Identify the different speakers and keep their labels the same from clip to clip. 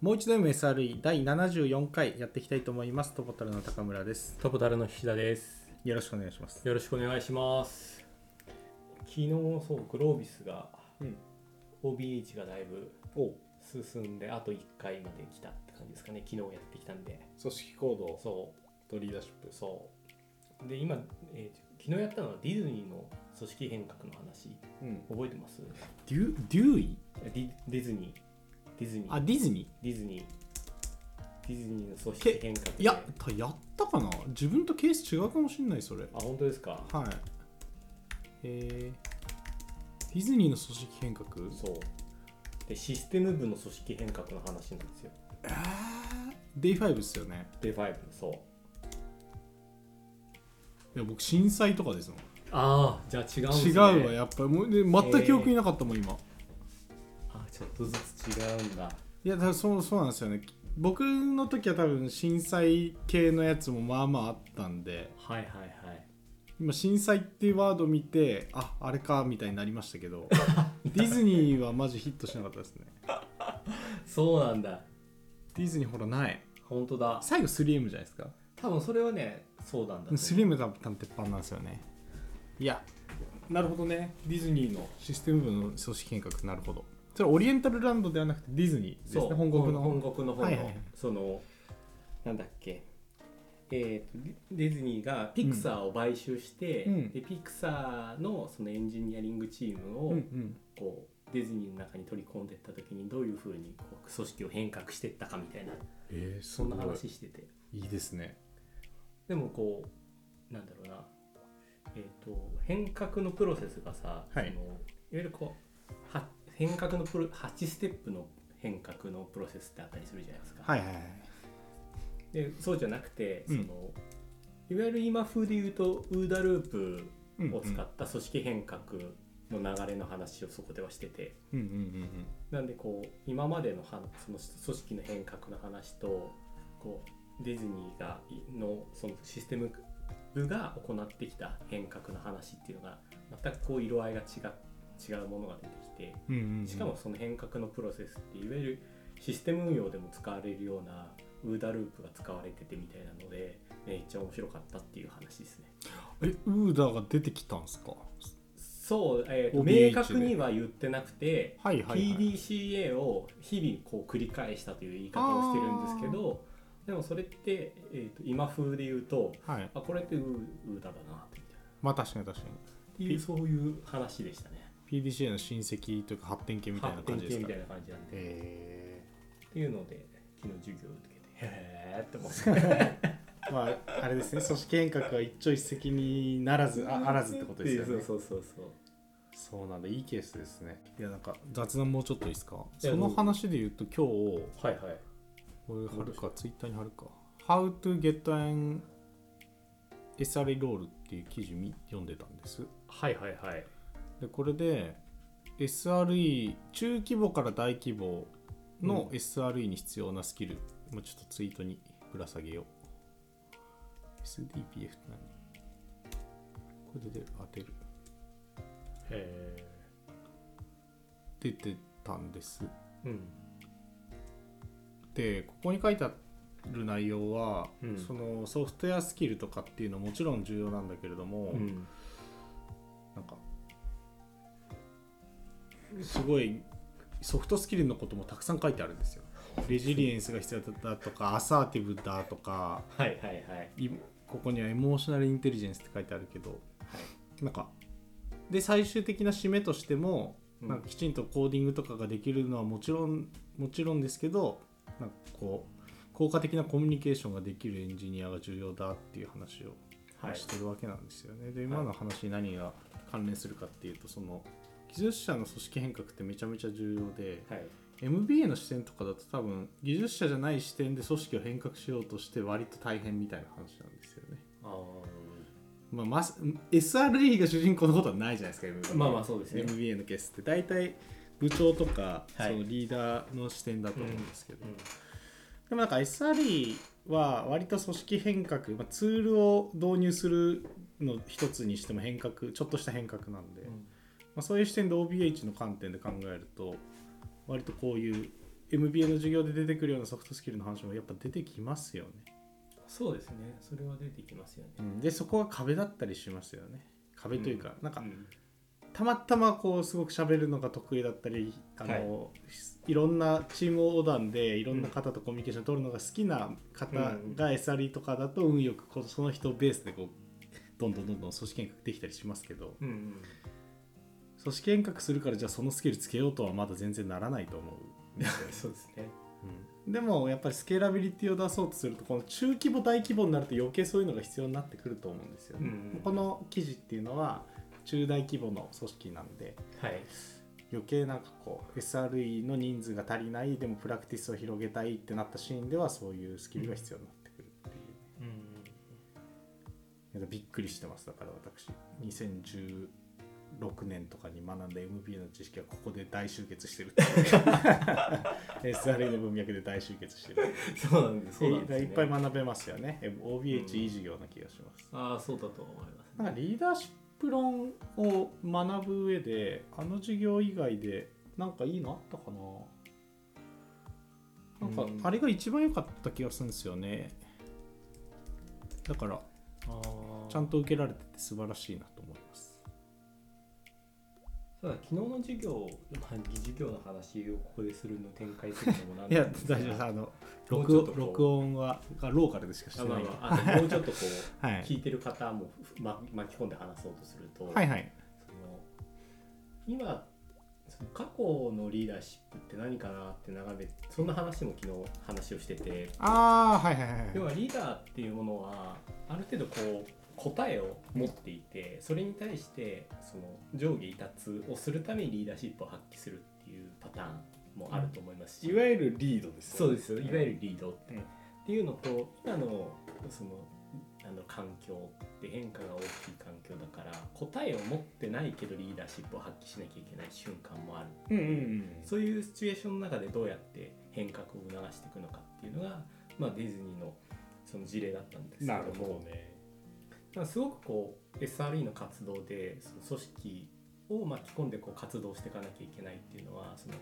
Speaker 1: もう一度 MSRE 第74回やっていきたいと思います。トボタルの高村です。
Speaker 2: トポタルの菱田です。
Speaker 1: よろしくお願いします。
Speaker 2: よろしくお願いします。昨日そうグロービスが、
Speaker 1: うん
Speaker 2: OBH がだいぶ
Speaker 1: お
Speaker 2: 進んであと1回まで来たって感じですかね。昨日やってきたんで。
Speaker 1: 組織行動
Speaker 2: そ
Speaker 1: とリーダーシッ
Speaker 2: うそう。で今、えー昨日やったのはディズニーの組織変革の話
Speaker 1: プ。うん。
Speaker 2: 覚えてます？
Speaker 1: デュデューイ
Speaker 2: ディディズニーディズニー
Speaker 3: あディズニ
Speaker 2: ディズニーディズニーの組織変革
Speaker 3: ー
Speaker 2: で
Speaker 3: いやたやったかな自分とケース違うかもしれないそれ
Speaker 2: あ本当ですか。
Speaker 3: はいえー、ディズニーの組織変革
Speaker 2: そう。でシステム部の組織変革の話なんですよ。
Speaker 3: えー、デイ5ですよね
Speaker 2: デファイブそう
Speaker 3: いや僕震災とかですもん
Speaker 2: ああじゃあ違うん
Speaker 3: 違うわやっぱりもうで全く記憶になかったもん今、
Speaker 2: あちょっとずつ違うんだ
Speaker 3: いやだからそうそうなんですよね僕の時は多分震災系のやつもまあまああったんで
Speaker 2: はいはいはい
Speaker 3: 今震災っていうワード見てああれかみたいになりましたけどディズニーはマジヒットしなかったですね
Speaker 2: そうなんだ
Speaker 3: ディズニーほらない
Speaker 2: 本当だ
Speaker 3: 最後 3M じゃないですか
Speaker 2: 多分それはねそうなんだと思う
Speaker 3: 3M 多分鉄板なんですよねいやなるほどねディズニーのシステム部の組織変革なるほどそれオリエンタルランドではなくてディズニーです
Speaker 2: そ
Speaker 3: ね
Speaker 2: う
Speaker 3: 本国の
Speaker 2: 本国の方の、
Speaker 3: はいはいはい
Speaker 2: そのなんだっけえーとディディズニーがピクサーを買収して、
Speaker 3: うん
Speaker 2: でピクサーのそのエンジニアリングチームを、
Speaker 3: うんうん
Speaker 2: こうディズニーの中に取り込んでいった時にどういうふうにこう組織を変革していったかみたいな
Speaker 3: えー、そ
Speaker 2: そん
Speaker 3: ん
Speaker 2: な
Speaker 3: な話
Speaker 2: 話してて
Speaker 3: いいですね
Speaker 2: でもこうなんだろうな、えー、と変革のプロセスがさ、
Speaker 3: はい
Speaker 2: そのいわゆるこうは変革のプロ8ステップの変革のプロセスってあったりするじゃないですか、
Speaker 3: はいはいはい
Speaker 2: でそうじゃなくてそ
Speaker 3: うん
Speaker 2: の、いわゆる今風で言うとウーダループ
Speaker 3: うん
Speaker 2: を使った組織変革の流れの話をそこではしてて。
Speaker 3: うんうんうんうん
Speaker 2: なんでこう今までのはその組織の変革の話とこうディズニーがのそのシステム部が行ってきた変革の話っていうのが全くこう色合いが違う違うものが出て
Speaker 3: うんうんう
Speaker 2: き
Speaker 3: ん
Speaker 2: てしかもその変革のプロセスっていわゆるシステム運用でも使われるようなウーダループが使われててみたいなのでめっちゃ面白かったっていう話ですね。
Speaker 3: えウーダーが出てきたんですか
Speaker 2: そう、えーと
Speaker 3: OBH
Speaker 2: 明確には言ってなくて、
Speaker 3: はいはいはい
Speaker 2: PDCA を日々こう繰り返したという言い方をしてるんですけどでもそれって、えー、と今風で言うと
Speaker 3: はい
Speaker 2: あこれってウーウーダだなってみたいな
Speaker 3: まあ確かに確かに
Speaker 2: っていうそういう話でしたね
Speaker 3: PDCA の親戚というか発展系みたいな感じです
Speaker 2: み
Speaker 3: か
Speaker 2: たいな感じなんで、
Speaker 3: え
Speaker 2: っていうので昨日授業を受けてへえって思って
Speaker 3: ー、まああれ ですね組織変革は一朝一夕にならずああらずってことですよね
Speaker 2: そうそうそうそう
Speaker 3: そうなんだいいケースですねいやなんか雑談もうちょっといいですか
Speaker 2: いや
Speaker 3: その話で言うと今日
Speaker 2: はいはい
Speaker 3: これ貼るかツイッターに貼るか「How to get an SRE role」っていう記事見読んでたんです
Speaker 2: はいはいはい
Speaker 3: でこれで SRE 中規模から大規模の
Speaker 2: う
Speaker 3: SRE に必要なスキル、もうちょっとツイートにぶら下げよう SDPF って何これで出る当てるって
Speaker 2: へえ
Speaker 3: 言ってたんです
Speaker 2: うん
Speaker 3: でここに書いてある内容は、
Speaker 2: うん
Speaker 3: そのソフトウェアスキルとかっていうのはもちろん重要なんだけれども、
Speaker 2: うん
Speaker 3: なんかすごいソフトスキルのこともたくさん書いてあるんですよ。レジリエンスが必要だとかアサーティブだとか
Speaker 2: はいはいはい
Speaker 3: いここにはエモーショナルインテリジェンスって書いてあるけどなんかで最終的な締めとしても
Speaker 2: うん
Speaker 3: なんかきちんとコーディングとかができるのはもちろんもちろんですけどなんかこう効果的なコミュニケーションができるエンジニアが重要だっていう話を
Speaker 2: はい
Speaker 3: してるわけなんですよね。で今の話に何が関連するかっていうとその技術者の組織変革ってめちゃめちゃ重要で、
Speaker 2: はい
Speaker 3: MBA の視点とかだと多分技術者じゃない視点で組織を変革しようとして割と大変みたいな話なんですよね。
Speaker 2: あー
Speaker 3: まあ、まさ SRE が主人公のことはないじゃないですか MBA
Speaker 2: まあまあそうですね
Speaker 3: MBA のケースって大体部長とか、
Speaker 2: はい
Speaker 3: そのリーダーの視点だと思うんですけど、
Speaker 2: うん
Speaker 3: でもなんか SRE は割と組織変革、まあ、ツールを導入するの一つにしても変革ちょっとした変革なんで、まあ、そういう視点で OBH の観点で考えると割とこういう MBA の授業で出てくるようなソフトスキルの話もやっぱ出てきますよね、
Speaker 2: そうですねそれは出てきますよね、
Speaker 3: うん、でそこは壁だったりしますよね壁というか、なんか
Speaker 2: うん
Speaker 3: たまたまこうすごく喋るのが得意だったりあの、い、ろんなチーム横断でいろんな方とコミュニケーションを取るのが好きな方
Speaker 2: うん
Speaker 3: が SRE とかだと運よくこうその人をベースでこうどんどんどんどん組織変革できたりしますけど
Speaker 2: うんうん
Speaker 3: 組織変革するからじゃあそのスキルつけようとはまだ全然ならないと思う。
Speaker 2: そうですね
Speaker 3: うんでもやっぱりスケーラビリティを出そうとするとこの中規模大規模になると余計そういうのが必要になってくると思うんですよね。
Speaker 2: うん
Speaker 3: この記事っていうのは中大規模の組織なんで
Speaker 2: はい
Speaker 3: 余計なんかこう SRE の人数が足りないでもプラクティスを広げたいってなったシーンではそういうスキルが必要になってくるっていう、
Speaker 2: うん
Speaker 3: いやびっくりしてますだから私2016年とかに学んだ MBA の知識はここで大集結してるっ ていう SRE の文脈で大集結してる
Speaker 2: そうなんですそうなんです、ね、
Speaker 3: いっぱい学べますよね OBH いい授業な気がします、
Speaker 2: ああそうだと思います
Speaker 3: なんかリーダーシップ論を学ぶ上であの授業以外でなんかいいのあったかななん
Speaker 2: うん
Speaker 3: かあれが一番良かった気がするんですよねだから
Speaker 2: あ
Speaker 3: ちゃんと受けられてて素晴らしいなと思います
Speaker 2: ただ昨日の授業、まあ、授業の話をここでするの展開するのもなん
Speaker 3: いや
Speaker 2: なんですが
Speaker 3: 大丈夫ですあの
Speaker 2: もうち
Speaker 3: 録
Speaker 2: ょっ
Speaker 3: 音
Speaker 2: とこう
Speaker 3: 録音はがローカルでしかして
Speaker 2: あ
Speaker 3: な
Speaker 2: まあ
Speaker 3: い
Speaker 2: まあ、あともうちょっとこう、
Speaker 3: はい
Speaker 2: 聞いてる方もま 巻き込んで話そうとすると、
Speaker 3: はいはい
Speaker 2: その今その過去のリーダーシップって何かなって眺めそんな話も昨日話をしてて
Speaker 3: ああはいはいはい
Speaker 2: 要
Speaker 3: はい
Speaker 2: はリーダーっていうものはある程度こう答えを持っていてそれに対してその上下逸脱をするためにリーダーシップを発揮するっていうパターンもあると思いますし、
Speaker 4: いわゆるリードです
Speaker 2: そう
Speaker 4: よね
Speaker 2: ですよいわゆるリードって,、
Speaker 4: うん
Speaker 2: っていうのと今のそのあの環境って変化が大きい環境だから答えを持ってないけどリーダーシップを発揮しなきゃいけない瞬間もある
Speaker 4: うんうんうん
Speaker 2: そういうシチュエーションの中でどうやって変革を促していくのかっていうのが、まあ、ディズニーのその事例だったんですけど
Speaker 4: な
Speaker 2: も
Speaker 4: るほどね
Speaker 2: まあすごくこう SRE の活動でその組織を巻き込んでこう活動していかなきゃいけないっていうのはその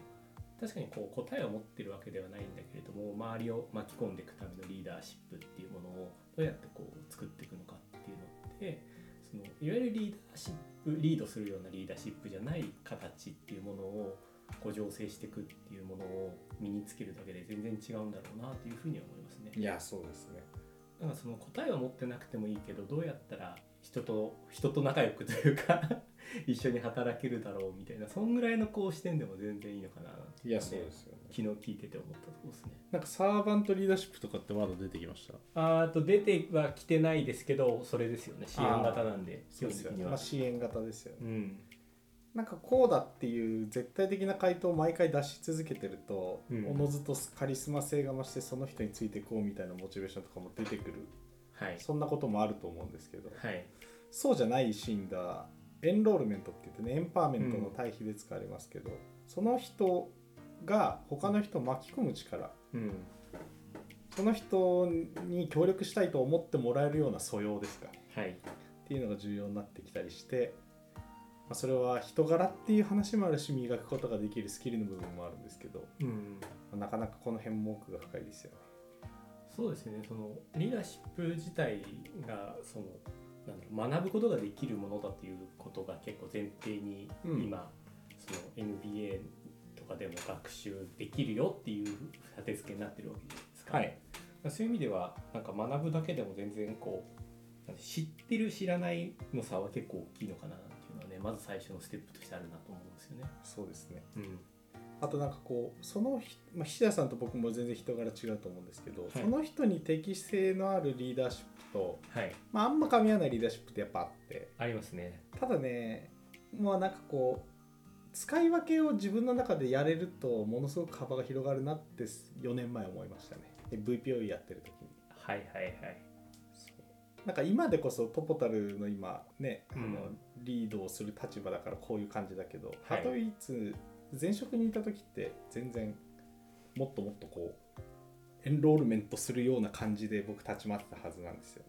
Speaker 2: 確かにこう答えを持ってるわけではないんだけれども周りを巻き込んでいくためのリーダーシップっていうものをどうやってこう作っていくのかっていうのってそのいわゆるリーダーシップリードするようなリーダーシップじゃない形っていうものをこう醸成していくっていうものを身につけるだけで全然違うんだろうなというふうには思いますね。
Speaker 4: いやそうですね
Speaker 2: なんかその答えは持ってなくてもいいけどどうやったら人と人と仲良くというか 一緒に働けるだろうみたいなそんぐらいのこう視点でも全然いいのかなって
Speaker 4: いやそうですよね
Speaker 2: 昨日聞いてて思ったところですね。
Speaker 3: なんかサーバントリーダーシップとかってワード出てきました
Speaker 2: あーと出てはきてないですけどそれですよね支
Speaker 3: 援型
Speaker 2: なんで
Speaker 4: そうですよね
Speaker 3: まあ、支援型ですよね
Speaker 2: うん
Speaker 3: なんかこうだっていう絶対的な回答を毎回出し続けてると、
Speaker 2: うん
Speaker 3: おのずとカリスマ性が増してその人についてこうみたいなモチベーションとかも出てくる
Speaker 2: はい
Speaker 3: そんなこともあると思うんですけど
Speaker 2: はい
Speaker 3: そうじゃないシーンがエンロールメントって言ってねエンパワーメントの対比で使われますけど、その人が他の人を巻き込む力
Speaker 2: うん
Speaker 3: その人に協力したいと思ってもらえるような素養ですか
Speaker 2: はい
Speaker 3: っていうのが重要になってきたりして、まあ、それは人柄っていう話もあるし磨くことができるスキルの部分もあるんですけど、ま
Speaker 2: うん
Speaker 3: あなかなかこの辺も奥が深いですよね。
Speaker 2: そうですねそのリーダーシップ自体がそのなんだろう学ぶことができるものだということが結構前提に
Speaker 3: うん
Speaker 2: 今、その MBA とかでも学習できるよっていう立て付けになってるわけじゃないですか、
Speaker 4: はい
Speaker 2: そういう意味ではなんか学ぶだけでも全然こうなんか知ってる知らないの差は結構大きいのかなっていうのはねまず最初のステップとしてあるなと思うんですよね。
Speaker 3: そうですね
Speaker 2: うん
Speaker 3: あとなんかこうそのひ、まあ、菱田さんと僕も全然人柄違うと思うんですけど、
Speaker 2: い
Speaker 3: その人に適性のあるリーダーシップと、
Speaker 2: はい、
Speaker 3: まあ、あんま噛み合わないリーダーシップってやっぱあって
Speaker 2: ありますね。
Speaker 3: ただねまあなんかこう使い分けを自分の中でやれるとものすごく幅が広がるなって4年前思いましたね VPO やってる時に。
Speaker 2: はいはいはい。
Speaker 3: なんか今でこそトポタルの今ね、あ
Speaker 2: うん
Speaker 3: のリードをする立場だからこういう感じだけど、
Speaker 2: はい
Speaker 3: ハトイツ前職にいた時って全然もっともっとこうエンロールメントするような感じで僕立ち回ってたはずなんですよ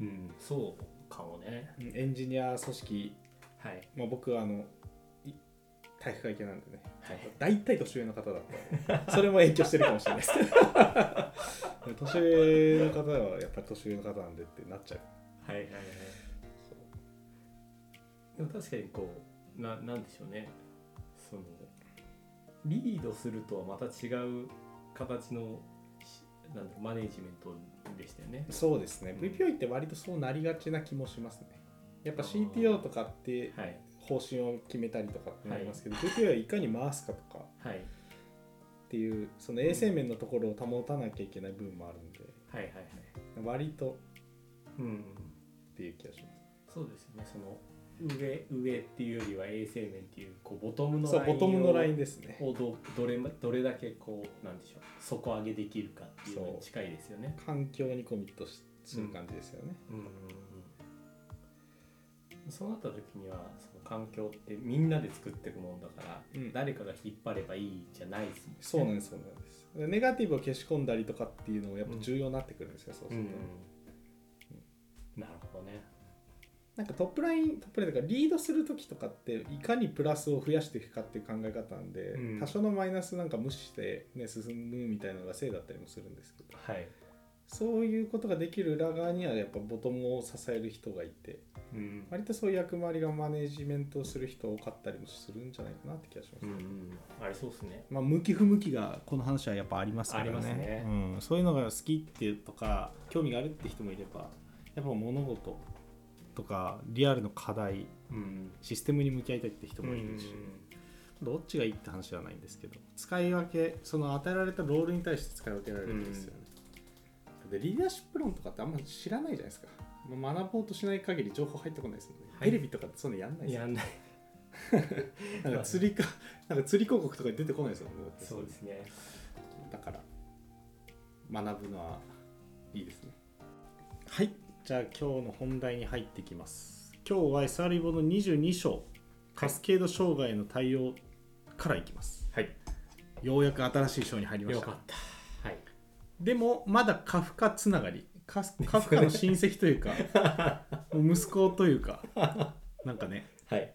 Speaker 2: うん、そうかもね。
Speaker 3: ね。エンジニア組織、
Speaker 2: はい。
Speaker 3: まあ、僕はあのい
Speaker 1: 体育会系なんでね、
Speaker 2: はい
Speaker 1: 大体年上の方だ ったそれも影響してるかもしれないですけど 年上の方はやっぱり年上の方なんでってなっちゃう
Speaker 2: はいはいはいでも確かにこうななんでしょうねそのリードするとはまた違う形のしなんだろうマネジメントでしたよね
Speaker 1: そうですね
Speaker 2: うん
Speaker 1: VPO って割とそうなりがちな気もしますねやっぱ CTO とかって
Speaker 2: はい
Speaker 1: 方針を決めたりとかってなりますけど、VPO はいかに回すかとか
Speaker 2: はい
Speaker 1: っていうその衛生面のところを保たなきゃいけない部分もあるんで
Speaker 2: はいはいはい
Speaker 1: 割と
Speaker 2: うん
Speaker 1: っていう気がしま
Speaker 2: そうですよねその上上っていうよりは衛生面っていうこうボトムの
Speaker 1: すそう
Speaker 2: ライ
Speaker 1: ボ
Speaker 2: ンを
Speaker 1: トムのラインですね
Speaker 2: をどどれまどれだけこうなんでしょう底上げできるかっていうのに
Speaker 1: そう
Speaker 2: 近いですよね
Speaker 1: 環境にコミットしする感じですよね、
Speaker 2: うんうんうんそうなった時にはその環境ってみんなで作っていくもんだから、
Speaker 1: うん
Speaker 2: 誰かが引っ張ればいいじゃないですもんね。
Speaker 1: そうなんですそうなんですでネガティブを消し込んだりとかっていうのもやっぱ重要になってくるんですよ、そうす
Speaker 2: うん
Speaker 1: る
Speaker 2: う
Speaker 1: と
Speaker 2: ん
Speaker 1: ね、
Speaker 2: なるほどね。
Speaker 1: なんかトップライントップラインとかリードする時とかっていかにプラスを増やしていくかっていう考え方なんで、
Speaker 2: うん
Speaker 1: 多少のマイナスなんか無視して、ね、進むみたいなのがせいだったりもするんですけど
Speaker 2: はい。
Speaker 1: そういうことができる裏側にはやっぱボトムを支える人がいて
Speaker 2: うん
Speaker 1: 割とそういう役回りがマネジメントをする人多かったりもするんじゃないかなって気がします、
Speaker 2: うんうん、ありそうですね。
Speaker 3: まあ、向き不向きがこの話はやっぱありますからね
Speaker 2: ありますね
Speaker 3: うん、そういうのが好きっていうとか興味があるって人もいればやっぱ物事とかリアルの課題
Speaker 2: うん。
Speaker 3: システムに向き合いたいって人もいるし、どっちがいいって話はないんですけど使い分けその与えられたロールに対して使い分けられるんですよね、
Speaker 1: でリーダーシップ論とかってあんま知らないじゃないですか、まあ、学ぼうとしない限り情報入ってこないですもんね、
Speaker 2: はい
Speaker 1: テレビとかってそんなやんないです
Speaker 2: や
Speaker 1: よ
Speaker 2: んない。
Speaker 1: なんか釣りかなんか釣り広告とかに出てこないですもんね
Speaker 2: そうですね。
Speaker 1: だから学ぶのはいいですねはい
Speaker 3: じゃあ今日の本題に入ってきます今日は SR ボの22章カスケード障害の対応からいきます
Speaker 2: はい。
Speaker 3: ようやく新しい章に入りま
Speaker 2: よ
Speaker 3: した
Speaker 2: かった。はい。
Speaker 3: でもまだカフカつながりカ スカフカの親戚というかもう息子というかなんかね
Speaker 2: はい。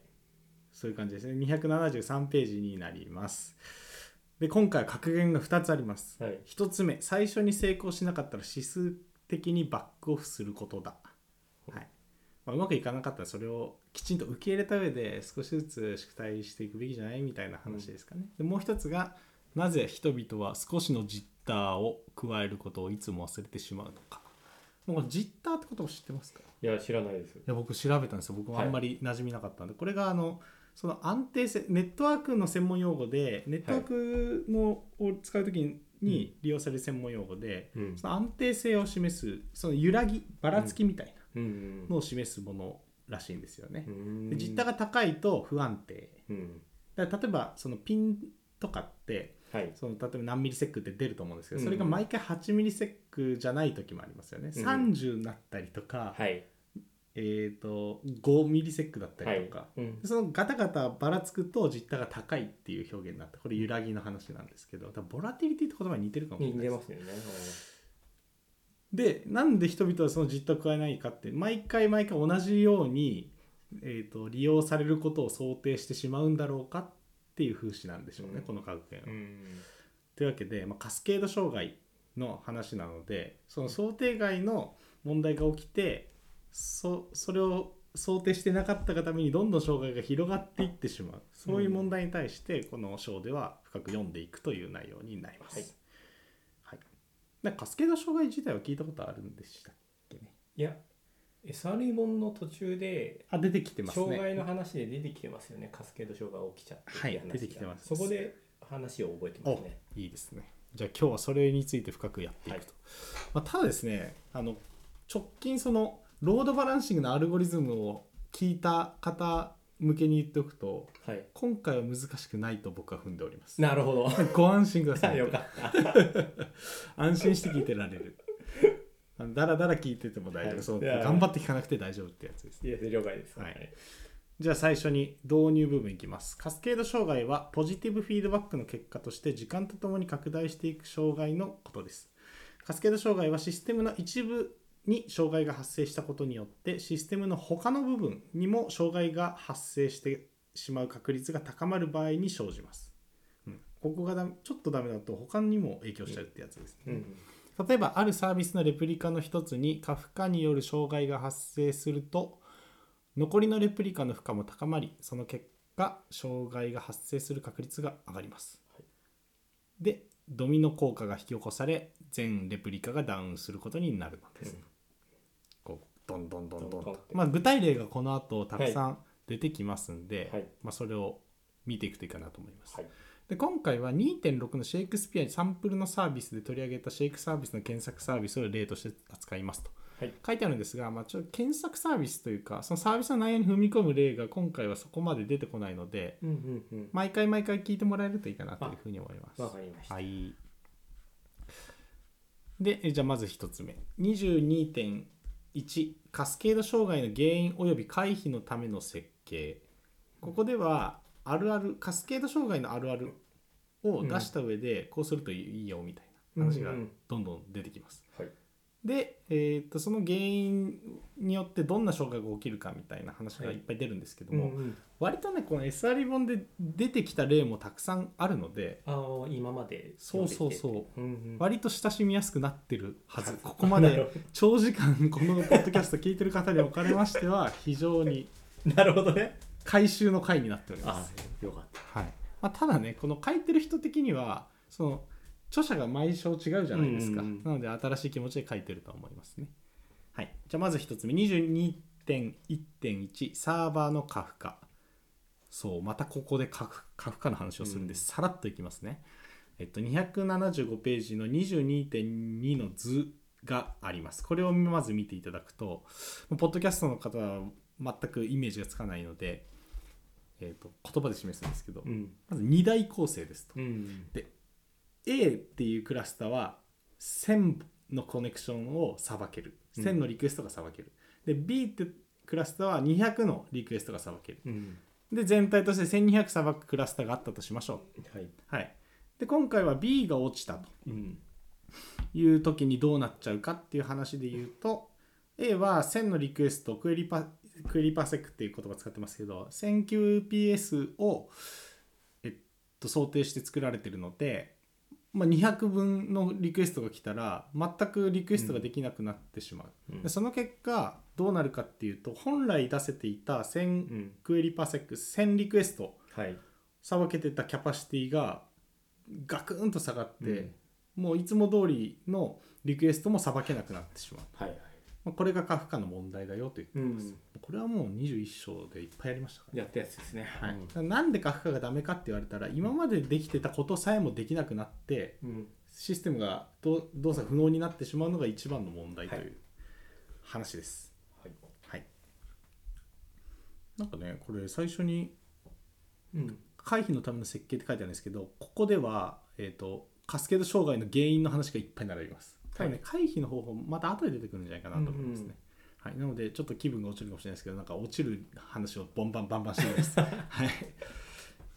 Speaker 3: そういう感じですね273ページになりますで今回は格言が2つあります
Speaker 2: はい。
Speaker 3: 1つ目最初に成功しなかったら指数的にバックオフすることだ、はいまあうまくいかなかったらそれをきちんと受け入れた上で少しずつ宿題していくべきじゃないみたいな話ですかね、でもう一つがなぜ人々は少しのジッターを加えることをいつも忘れてしまうのかもうこのジッターってことを知ってますか
Speaker 2: いや、知らないです。
Speaker 3: いや僕調べたんですよ僕もあんまり馴染みなかったんで、これがあのその安定性ネットワークの専門用語でネットワークの、を使う時に利用される専門用語で、
Speaker 2: うん
Speaker 3: その安定性を示すその揺らぎばらつきみたい
Speaker 2: うん
Speaker 3: なのを示すものらしいんですよね
Speaker 2: う、ん。
Speaker 3: で実態が高いと不安定
Speaker 2: うん。
Speaker 3: だから例えばそのピンとかって
Speaker 2: はい。
Speaker 3: その例えば何ミリセックって出ると思うんですけど、
Speaker 2: うん
Speaker 3: それが毎回8ミリセックじゃない時もありますよね、
Speaker 2: うん
Speaker 3: 30になったりとか、
Speaker 2: はい。
Speaker 3: えー、と5ミリセックだったりとか、
Speaker 2: はいうん
Speaker 3: そのガタガタばらつくと実態が高いっていう表現になってこれ揺らぎの話なんですけど多分ボラティリティって言葉に似てるかもしれ
Speaker 2: 似
Speaker 3: ない
Speaker 2: て
Speaker 3: で
Speaker 2: ますすよね。
Speaker 3: でなんで人々はその実態を加えないかって毎回毎回同じように、えー、と利用されることを想定してしまうんだろうかっていう風刺なんでしょうね、
Speaker 2: うん
Speaker 3: この格言は。
Speaker 2: ん。
Speaker 3: というわけで、まあ、カスケード障害の話なのでその想定外の問題が起きてそそれを想定してなかったがためにどんどん障害が広がっていってしまうそういう問題に対してこの章では深く読んでいくという内容になります。
Speaker 2: はい
Speaker 3: はいなんかカスケード障害自体は聞いたことあるんでしたっけね
Speaker 2: いや、SRE 本の途中で、
Speaker 3: あ出てきてますね。
Speaker 2: 障害の話で出てきてますよね、カスケード障害起きちゃってってう話が
Speaker 3: はい出てきてます
Speaker 2: そこで話を覚えてま
Speaker 3: お
Speaker 2: すね。
Speaker 3: いいですねじゃあ今日はそれについて深くやっていくと、
Speaker 2: はい
Speaker 3: まあ、ただですねあの直近そのロードバランシングのアルゴリズムを聞いた方向けに言っておくと
Speaker 2: はい。
Speaker 3: 今回は難しくないと僕は踏んでおり ます
Speaker 2: なるほど。
Speaker 3: ご安心ください
Speaker 2: よかった。
Speaker 3: 安心して聞いてられるあのだらだら聞いてても大丈夫、
Speaker 2: はい
Speaker 3: そう
Speaker 2: いや
Speaker 3: 頑張って聞かなくて大丈夫ってやつですね
Speaker 2: いや了解です。
Speaker 3: はいじゃあ最初に導入部分いきます。カスケード障害はポジティブフィードバックの結果として時間とともに拡大していく障害のことです。カスケード障害はシステムの一部に障害が発生したことによってシステムの他の部分にも障害が発生してしまう確率が高まる場合に生じます、うん、ここがだちょっとダメだと他にも影響しちゃうってやつですね、
Speaker 2: うん
Speaker 3: 例えばあるサービスのレプリカの一つに過負荷による障害が発生すると残りのレプリカの負荷も高まりその結果障害が発生する確率が上がります、
Speaker 2: はい
Speaker 3: でドミノ効果が引き起こされ全レプリカがダウンすることになるのです、こうどんどんどんどん
Speaker 2: どんどん
Speaker 3: と
Speaker 2: って
Speaker 3: まあ具体例がこの後たくさん出てきますんで、
Speaker 2: はい
Speaker 3: まあ、それを見ていくといいかなと思います、
Speaker 2: はい
Speaker 3: で今回は2.6のシェイクスピアにサンプルのサービスで取り上げたシェイクサービスの検索サービスを例として扱いますと、
Speaker 2: はい
Speaker 3: 書いてあるんですが、まあ、ちょっと検索サービスというかそのサービスの内容に踏み込む例が今回はそこまで出てこないので
Speaker 2: うんうんうん
Speaker 3: 毎回毎回聞いてもらえるといいかなというふうに思います。
Speaker 2: わかりました
Speaker 3: はい。で、えじゃあまず1つ目。22.1カスケード障害の原因及び回避のための設計。ここでは、あるある、カスケード障害のあるあるを出した上で、こうするといいよみたいな話が
Speaker 2: うんうん
Speaker 3: どんどん出てきます。
Speaker 2: はい
Speaker 3: で、えーっとその原因によってどんな障害が起きるかみたいな話がいっぱい出るんですけども、
Speaker 2: うんうん
Speaker 3: 割とねこの SR 本で出てきた例もたくさんあるので
Speaker 2: ああ今まで
Speaker 3: そうそうそう
Speaker 2: 読んできてうんうん
Speaker 3: 割と親しみやすくなってるはずここま
Speaker 2: なる
Speaker 3: で
Speaker 2: ほ
Speaker 3: 長時間このポッドキャスト聞いてる方におかれまして は非常に
Speaker 2: どなるほどね
Speaker 3: 回収の回になっておりま
Speaker 2: あ
Speaker 3: す、
Speaker 2: よかった
Speaker 3: はいまあ、ただねこの書いてる人的にはその著者が毎章違うじゃないですか、
Speaker 2: うんうんうん
Speaker 3: なので新しい気持ちで書いてると思いますねはいじゃあまず1つ目22.1.1サーバーの過負荷そうまたここで過負過負荷の話をするんで、
Speaker 2: うん
Speaker 3: さらっといきますねえっと275ページの22.2の図がありますこれをまず見ていただくとポッドキャストの方は全くイメージがつかないので、えっと言葉で示すんですけど、
Speaker 2: うん
Speaker 3: まず2大構成ですと、
Speaker 2: うん
Speaker 3: で A っていうクラスターは1000のコネクションをさばける
Speaker 2: うん
Speaker 3: 1000のリクエストがさばける、で B ってクラスターは200のリクエストがさばける
Speaker 2: うん
Speaker 3: で全体として1200さばくクラスターがあったとしましょ
Speaker 2: はいう
Speaker 3: はいで今回は B が落ちたと
Speaker 2: うん
Speaker 3: いう時にどうなっちゃうかっていう話で言うと A は1000のリクエストクエリパクエリパセクっていう言葉使ってますけど 1000QPS を、えっと、想定して作られてるので、まあ、200分のリクエストが来たら全くリクエストができなくなってしまう、
Speaker 2: うん
Speaker 3: でその結果どうなるかっていうと本来出せていた
Speaker 2: う
Speaker 3: 1000
Speaker 2: ん
Speaker 3: クエリパセク1000リクエスト
Speaker 2: はい
Speaker 3: さばけてたキャパシティがガクンと下がって、
Speaker 2: うん
Speaker 3: もういつも通りのリクエストもさばけなくなってしまう、
Speaker 2: はいはい
Speaker 3: まあ、これが過負荷の問題だよという、
Speaker 2: うん
Speaker 3: これはもう21章でいっぱいやりましたからね
Speaker 2: やったやつですね
Speaker 3: はいだからなんで過負荷がダメかって言われたら今までできてたことさえもできなくなって
Speaker 2: うん
Speaker 3: システムがど動作不能になってしまうのが一番の問題とい
Speaker 2: はいう
Speaker 3: 話です、
Speaker 2: はい
Speaker 3: はい、なんかねこれ最初に
Speaker 2: うん
Speaker 3: 回避のための設計って書いてあるんですけどここでは、えー、とカスケード障害の原因の話がいっぱい並びます多分ね、回避の方法また後で出てくるんじゃないかなと思いますね、
Speaker 2: うんうん
Speaker 3: はい、なのでちょっと気分が落ちるかもしれないですけどなんか落ちる話をボンバンバンバンしてみます、はい、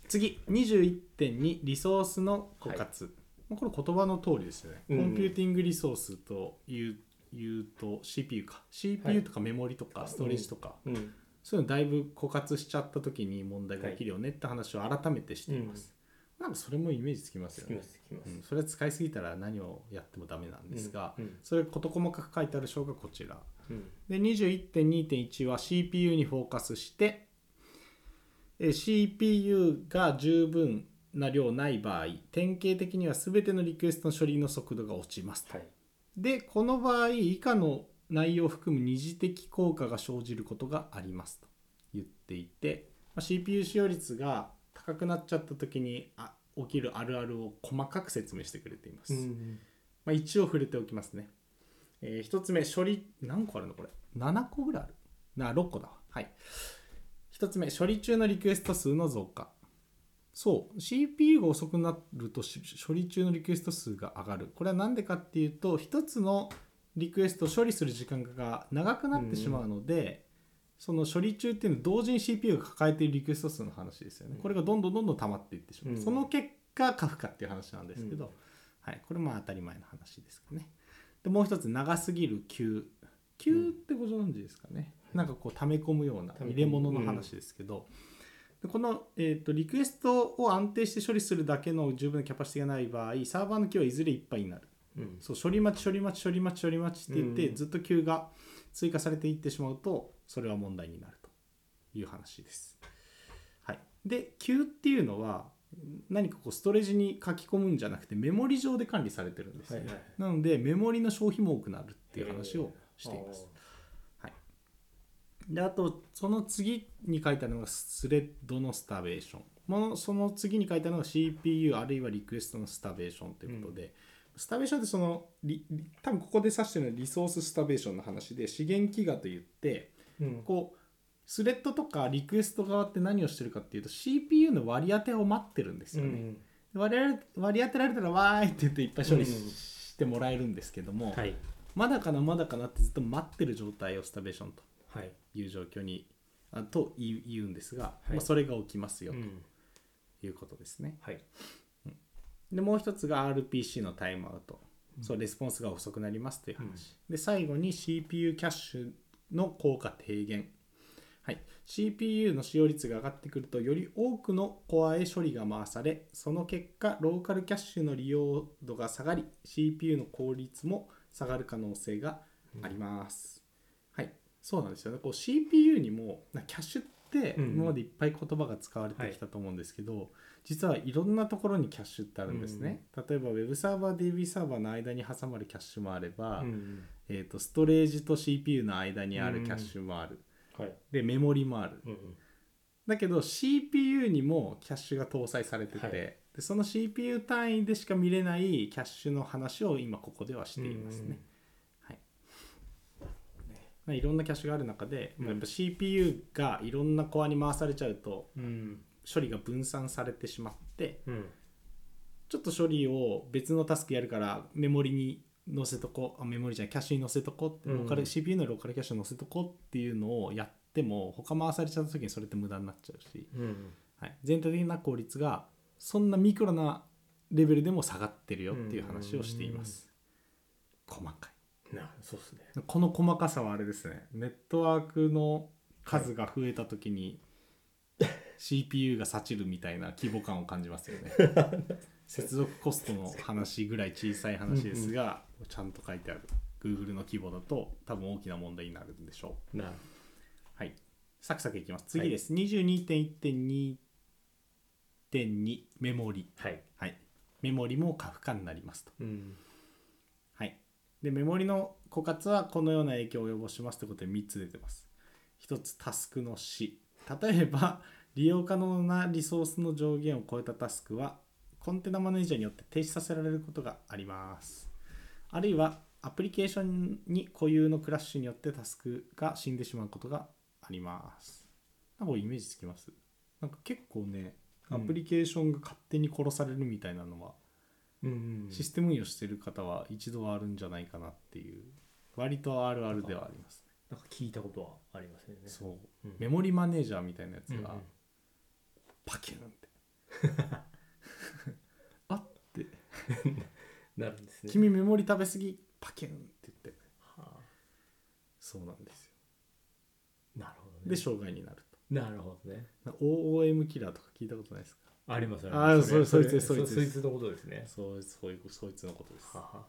Speaker 3: 次21.2リソースの枯渇、もうこれ言葉の通りですよね、
Speaker 2: うんうん
Speaker 3: コンピューティングリソースといういうと CPU か CPU とかメモリとかストレージとか、
Speaker 2: うん
Speaker 3: そういうのだいぶ枯渇しちゃった時に問題が起きるよねって話を改めてしています、なんかそれもイメージつきます
Speaker 2: つ
Speaker 3: よ
Speaker 2: き
Speaker 3: ね
Speaker 2: ま、すつきま
Speaker 3: う
Speaker 2: す
Speaker 3: んそれは使いすぎたら何をやってもダメなんですが、
Speaker 2: うんうん
Speaker 3: それ事細かく書いてある章がこちら
Speaker 2: うん
Speaker 3: で21.2.1は CPU にフォーカスしてえー CPU が十分な量ない場合典型的には全てのリクエストの処理の速度が落ちますと
Speaker 2: はい
Speaker 3: でこの場合以下の内容を含む二次的効果が生じることがありますと言っていて、まあ CPU 使用率が高くなっちゃった時にあ起きるあるあるを細かく説明してくれています、
Speaker 2: うん
Speaker 3: まあ、一応触れておきますね、え1つ目処理何個あるのこれ7個ぐらいあるな6個だわはい1つ目処理中のリクエスト数の増加そう CPU が遅くなるとし処理中のリクエスト数が上がるこれは何でかっていうと1つのリクエストを処理する時間が長くなってしまうので、その処理中っていうのは同時に CPU が抱えているリクエスト数の話ですよね、これがどんどんどんどん溜まっていってしまう、
Speaker 2: うん
Speaker 3: その結果過負荷っていう話なんですけど、はい、これも当たり前の話ですかねでもう一つ長すぎる急急ってご存知ですかね、なんかこう溜め込むような
Speaker 2: 溜め込む
Speaker 3: 入れ物の話ですけど、でこの、えー、とリクエストを安定して処理するだけの十分なキャパシティがない場合サーバーの気はいずれいっぱいになる
Speaker 2: うん
Speaker 3: そう処理待ち処理待ち処理待ち処理待ちって言って、
Speaker 2: うん
Speaker 3: ずっと急が追加されていってしまうとそれは問題になるという話です。はい、で急っていうのは何かこうストレージに書き込むんじゃなくてメモリ上で管理されてるんですね、
Speaker 2: はいはい
Speaker 3: なのでメモリの消費も多くなるっていう話をしています。であとその次に書いてあるのがスレッドのスタベーションもうその次に書いてあるのが CPU あるいはリクエストのスタベーションということで、スタベーションってそのリリ多分ここで指してるのはリソーススタベーションの話で資源飢餓といって
Speaker 2: うん
Speaker 3: こうスレッドとかリクエスト側って何をしてるかっていうと CPU の割り当てを待ってるんですよね、割り当て割り当てられたらわーいって言っていっぱい処理し,、
Speaker 2: うん
Speaker 3: てもらえるんですけども、
Speaker 2: はい
Speaker 3: まだかなまだかなってずっと待ってる状態をスタベーションと
Speaker 2: はい
Speaker 3: いう状況にあと言う言うんですが、
Speaker 2: い
Speaker 3: まあ、それが起きますよ
Speaker 2: うん
Speaker 3: ということですね。
Speaker 2: はい
Speaker 3: でもう一つが RPC のタイムアウト、そうレスポンスが遅くなりますという話、で最後に CPU キャッシュの効果低減、はい、CPU の使用率が上がってくるとより多くのコアへ処理が回されその結果ローカルキャッシュの利用度が下がり CPU の効率も下がる可能性があります、はいそうなんですよねこう CPU にもなキャッシュって
Speaker 2: うん
Speaker 3: 今までいっぱい言葉が使われてきたと思うんですけど、実はいろんなところにキャッシュってあるんですね、例えば Web サーバー DB サーバーの間に挟まるキャッシュもあれば、
Speaker 2: うん
Speaker 3: えー、とストレージと CPU の間にあるキャッシュもある、
Speaker 2: はい
Speaker 3: でメモリもある
Speaker 2: うん
Speaker 3: だけど CPU にもキャッシュが搭載されてて、
Speaker 2: はい
Speaker 3: でその CPU 単位でしか見れないキャッシュの話を今ここではしていますね、
Speaker 2: う
Speaker 3: は
Speaker 2: ん
Speaker 3: いまあいろんなキャッシュがある中で、
Speaker 2: うん
Speaker 3: やっぱ CPU がいろんなコアに回されちゃうと
Speaker 2: うん
Speaker 3: 処理が分散されてしまって
Speaker 2: うん
Speaker 3: ちょっと処理を別のタスクやるからメモリに載せとこうあメモリじゃないキャッシュに載せとこうって、
Speaker 2: うん
Speaker 3: ローカル CPU のローカルキャッシュに載せとこうっていうのをやっても他回されちゃった時にそれって無駄になっちゃうし、
Speaker 2: うん
Speaker 3: はい、全体的な効率がそんなミクロなレベルでも下がってるよっていう話をしています、細かい
Speaker 2: なそうっすね
Speaker 3: この細かさはあれですねネットワークの数が増えた時に CPU が幸るみたいな規模感を感じますよ ね接続コストの話ぐらい小さい話ですがちゃんと書いてある Google の規模だと多分大きな問題になるんでしょう
Speaker 2: な
Speaker 3: はいサクサクいきます次です、22.1.2.2メモリ
Speaker 2: はい
Speaker 3: はいメモリも過負荷になりますと
Speaker 2: うん
Speaker 3: はい、でメモリの枯渇はこのような影響を及ぼしますということで3つ出てます。1つタスクの死例えば 利用可能なリソースの上限を超えたタスクはコンテナマネージャーによって停止させられることがあります。あるいはアプリケーションに固有のクラッシュによってタスクが死んでしまうことがあります。なんかこれイメージつきますなんか結構ねアプリケーションが勝手に殺されるみたいなのは
Speaker 2: うん
Speaker 3: システム運用してる方は一度はあるんじゃないかなっていう割とあるあるではあります
Speaker 2: なんか聞いたことはありますね
Speaker 3: ねそう、
Speaker 2: うん
Speaker 3: メモリマネージャーみたいなやつ
Speaker 2: うんうん
Speaker 3: がパキューンって あって
Speaker 2: なるんで
Speaker 3: 「
Speaker 2: すね
Speaker 3: 君メモリ食べ過ぎパキューン」って言って
Speaker 2: はあ
Speaker 3: そうなんですよ
Speaker 2: なるほどね
Speaker 3: で障害になると
Speaker 2: なるほどね
Speaker 3: な OOM キラーとか聞いたことないですか
Speaker 2: あります
Speaker 3: あー
Speaker 2: ります
Speaker 3: それ
Speaker 2: れ
Speaker 3: そいつそいつ
Speaker 2: そいつのことですね
Speaker 3: そうそういうそいつのことです
Speaker 2: はは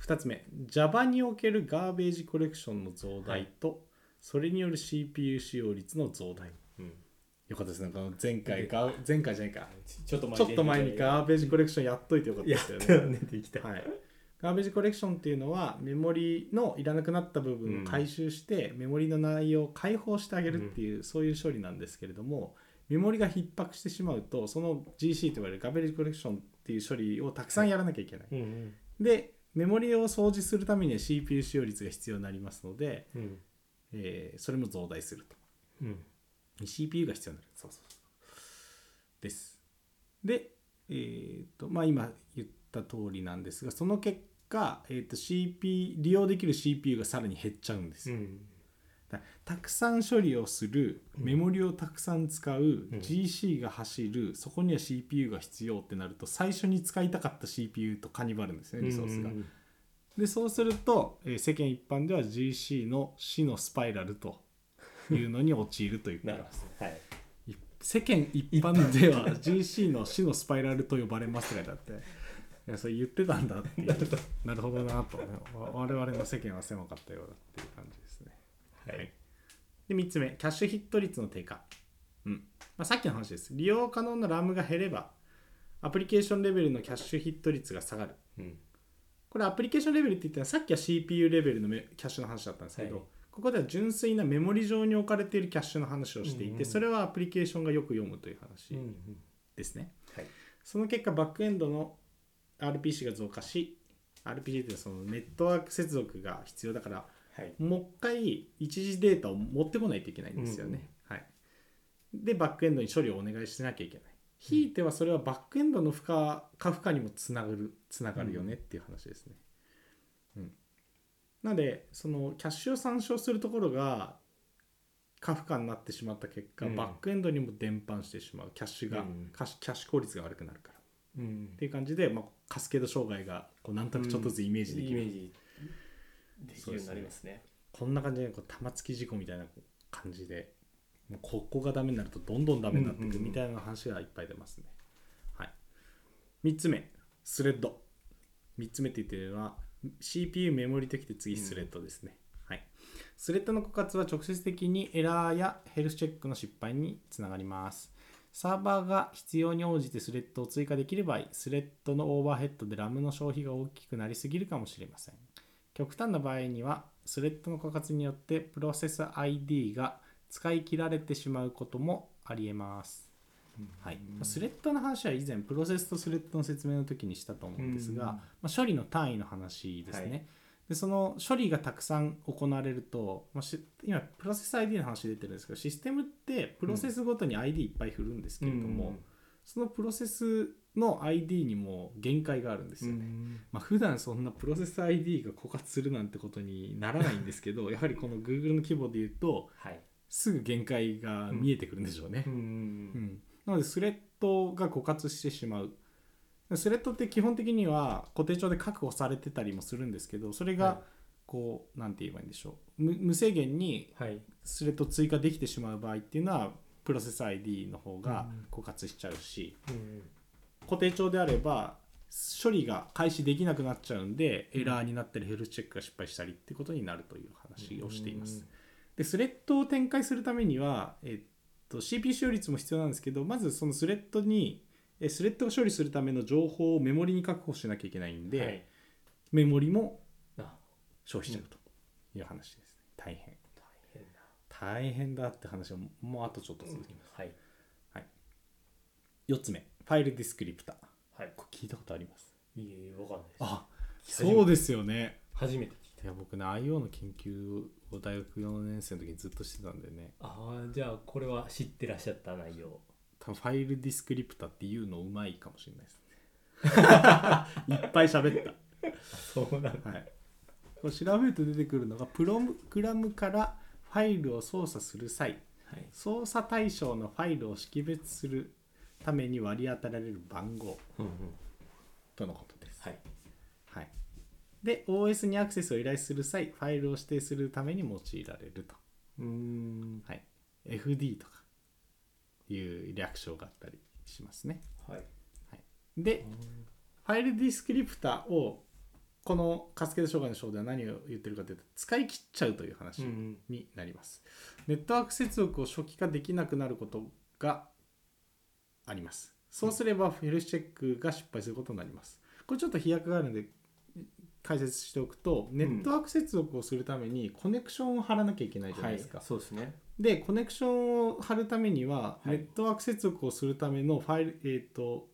Speaker 3: 2つ目 Java におけるガーベージコレクションの増大と、それによる CPU 使用率の増大
Speaker 2: うん
Speaker 3: よかったですねこの前回が前回じゃないか
Speaker 2: ちょっと
Speaker 3: ちょっと前にガーベージコレクションやっといてよかった
Speaker 2: や
Speaker 3: で
Speaker 2: っ
Speaker 3: すよ
Speaker 2: たよ
Speaker 3: ね。
Speaker 2: ねできた
Speaker 3: はい、ガーベージコレクションっていうのはメモリのいらなくなった部分
Speaker 2: う
Speaker 3: を
Speaker 2: ん
Speaker 3: 回収して、メモリの内容を解放してあげるっていう、そういう処理なんですけれどもメモリが逼迫してしまうとその GC と呼ばれるガーベージコレクションっていう処理をたくさんやらなきゃいけない。
Speaker 2: うんうん
Speaker 3: でメモリを掃除するためには CPU 使用率が必要になりますので、
Speaker 2: うん
Speaker 3: えーそれも増大すると。
Speaker 2: うん、
Speaker 3: CPU が必要になるそうそうそうですでえーっとまあ今言った通りなんですがその結果、えーっと CP 利用できる CPU がさらに減っちゃうんですよ、だからたくさん処理をするメモリをたくさん使う、GC が走るそこには CPU が必要ってなると最初に使いたかった CPU とカニバルんですねリソースが、でそうすると、えー世間一般では GC の死のスパイラルというのに陥るということ
Speaker 2: な
Speaker 3: で
Speaker 2: る
Speaker 3: す
Speaker 2: ほどはい
Speaker 3: いっ世間一般では GC の死のスパイラルと呼ばれますがだっていやそれ言ってたんだっていうなるほどなとわ我々の世間は狭かったようだっていう感じですね
Speaker 1: はい。
Speaker 3: で3つ目キャッシュヒット率の低下、
Speaker 1: うん
Speaker 3: まあ、さっきの話です利用可能なラムが減ればアプリケーションレベルのキャッシュヒット率が下がる
Speaker 2: うん
Speaker 3: これアプリケーションレベルって言ったらさっきは CPU レベルのメキャッシュの話だったんですけど、
Speaker 2: はい
Speaker 3: ここでは純粋なメモリ上に置かれているキャッシュの話をしていて、
Speaker 2: うんうん
Speaker 3: それはアプリケーションがよく読むという
Speaker 2: う
Speaker 3: 話
Speaker 2: ん
Speaker 3: ですね、
Speaker 1: はい
Speaker 3: その結果バックエンドの RPC が増加し RPC っていうのはそのネットワーク接続が必要だから
Speaker 2: はい
Speaker 3: もう一回一時データを持ってこないといけないんですよね、はい、でバックエンドに処理をお願いしなきゃいけないひいてはそれはバックエンドの負荷か負荷にもつながるつながるよねっていう話ですね、うん、なのでそのキャッシュを参照するところが過負荷になってしまった結果、
Speaker 2: うん
Speaker 3: バックエンドにも伝播してしまうキャッシュが、
Speaker 2: うん
Speaker 3: キャッシュキャッシュ効率が悪くなるからっ
Speaker 2: うん
Speaker 3: ていう感じで、まあ、カスケード障害がこうなんとなくちょっとずつイメージでき
Speaker 2: イ
Speaker 3: る、
Speaker 2: メージできるようになりますね
Speaker 3: こんな感じでこう玉突き事故みたいな感じでもうここがダメになるとどんどんダメになっていくみたいな話がいっぱい出ますね、はい、3つ目スレッド3つ目って言ってるのは CPU メモリときて次スレッドですね、はい、スレッドの枯渇は直接的にエラーやヘルスチェックの失敗につながりますサーバーが必要に応じてスレッドを追加できる場合スレッドのオーバーヘッドで RAM の消費が大きくなりすぎるかもしれません極端な場合にはスレッドの枯渇によってプロセス ID が使い切られてしまうこともありえます、はい、まあスレッドの話は以前プロセスとスレッドの説明の時にしたと思うんですが、
Speaker 2: うん
Speaker 3: まあ、処理の単位の話ですね、
Speaker 2: は
Speaker 3: でその処理がたくさん行われると、まあ、し今プロセス ID の話出てるんですけどシステムってプロセスごとに ID いっぱい振るんですけれども、そのプロセスの ID にも限界があるんですよね、まあ、普段そんなプロセス ID が枯渇するなんてことにならないんですけどやはりこの Google の規模で言うと
Speaker 2: はい
Speaker 3: すぐ限界が見えてくるんでしょうね、うんなのでスレッドが枯渇してしまうスレッドって基本的には固定帳で確保されてたりもするんですけどそれ
Speaker 2: はい
Speaker 3: がこう、なんて言えばいいんでしょう無無制限に
Speaker 2: はい
Speaker 3: スレッドを追加できてしまう場合っていうのはプロセス ID の方が枯渇しちゃうし、固定帳であれば処理が開始できなくなっちゃうんで、エラーになったりヘルスチェックが失敗したりってことになるという話をしています。でスレッドを展開するためには、えっと、CPU 使用率も必要なんですけどまずそのスレッドにえスレッドを処理するための情報をメモリに確保しなきゃいけないんで、
Speaker 2: はい
Speaker 3: メモリも
Speaker 2: あ
Speaker 3: 消費しちゃうという話です、ね大変
Speaker 2: 大変だ
Speaker 3: 大変だって話はもうもうあとちょっと続きます、
Speaker 2: はい
Speaker 3: 4つ目ファイルディスクリプター
Speaker 2: はい
Speaker 3: これ聞いたことあります
Speaker 2: いえわかんないです
Speaker 3: あ
Speaker 2: 初めて
Speaker 3: そうですよね
Speaker 2: 初めて聞いた
Speaker 3: いや僕ね IO の研究を大学4年生の時にずっとしてたんでね
Speaker 2: ああじゃあこれは知ってらっしゃった内容
Speaker 3: 多分ファイルディスクリプタっていうのうまいかもしれないですねいっぱい喋っ
Speaker 2: そうなん
Speaker 3: た、はい、これ調べると出てくるのがプログラムからファイルを操作する際
Speaker 2: はい
Speaker 3: 操作対象のファイルを識別するために割り当てられる番号とのことです
Speaker 2: はい
Speaker 3: はい、で OS にアクセスを依頼する際ファイルを指定するために用いられると、
Speaker 2: うん
Speaker 3: はい、FD とかいう略称があったりしますね
Speaker 2: はい
Speaker 3: でファイルディスクリプターをこのカスケード障害の章では何を言ってるかというと使い切っちゃうという話
Speaker 2: うん
Speaker 3: になります、ネットワーク接続を初期化できなくなることがありますそうすればヘルスチェックが失敗することになりますこれちょっと飛躍があるので解説しておくとネットワーク接続をするためにコネクションを張らなきゃいけないじゃないですか、
Speaker 2: そうですね
Speaker 3: でコネクションを貼るためには、
Speaker 2: い
Speaker 3: ネットワーク接続をするためのファイル、えー、と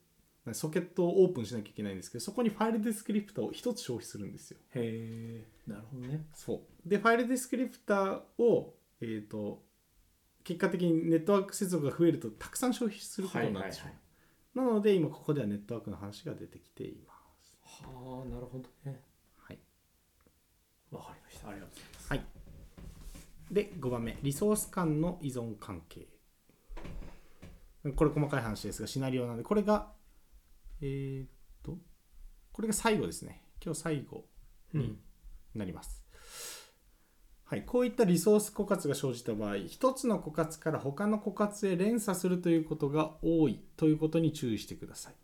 Speaker 3: ソケットをオープンしなきゃいけないんですけどそこにファイルディスクリプターを1つ消費するんですよ。
Speaker 2: へえなるほどね
Speaker 3: そうでファイルディスクリプターを、えー、と結果的にネットワーク接続が増えるとたくさん消費することになってしまう、
Speaker 2: はい
Speaker 3: なので今ここではネットワークの話が出てきています。
Speaker 2: はあなるほどね
Speaker 3: はい
Speaker 2: わかりましたありがとうございます
Speaker 3: はい、で5番目リソース間の依存関係これ細かい話ですがシナリオなんでこれがえーっとこれが最後ですね今日最後になります、はい、こういったリソース枯渇が生じた場合一つの枯渇から他の枯渇へ連鎖するということが多いということに注意してください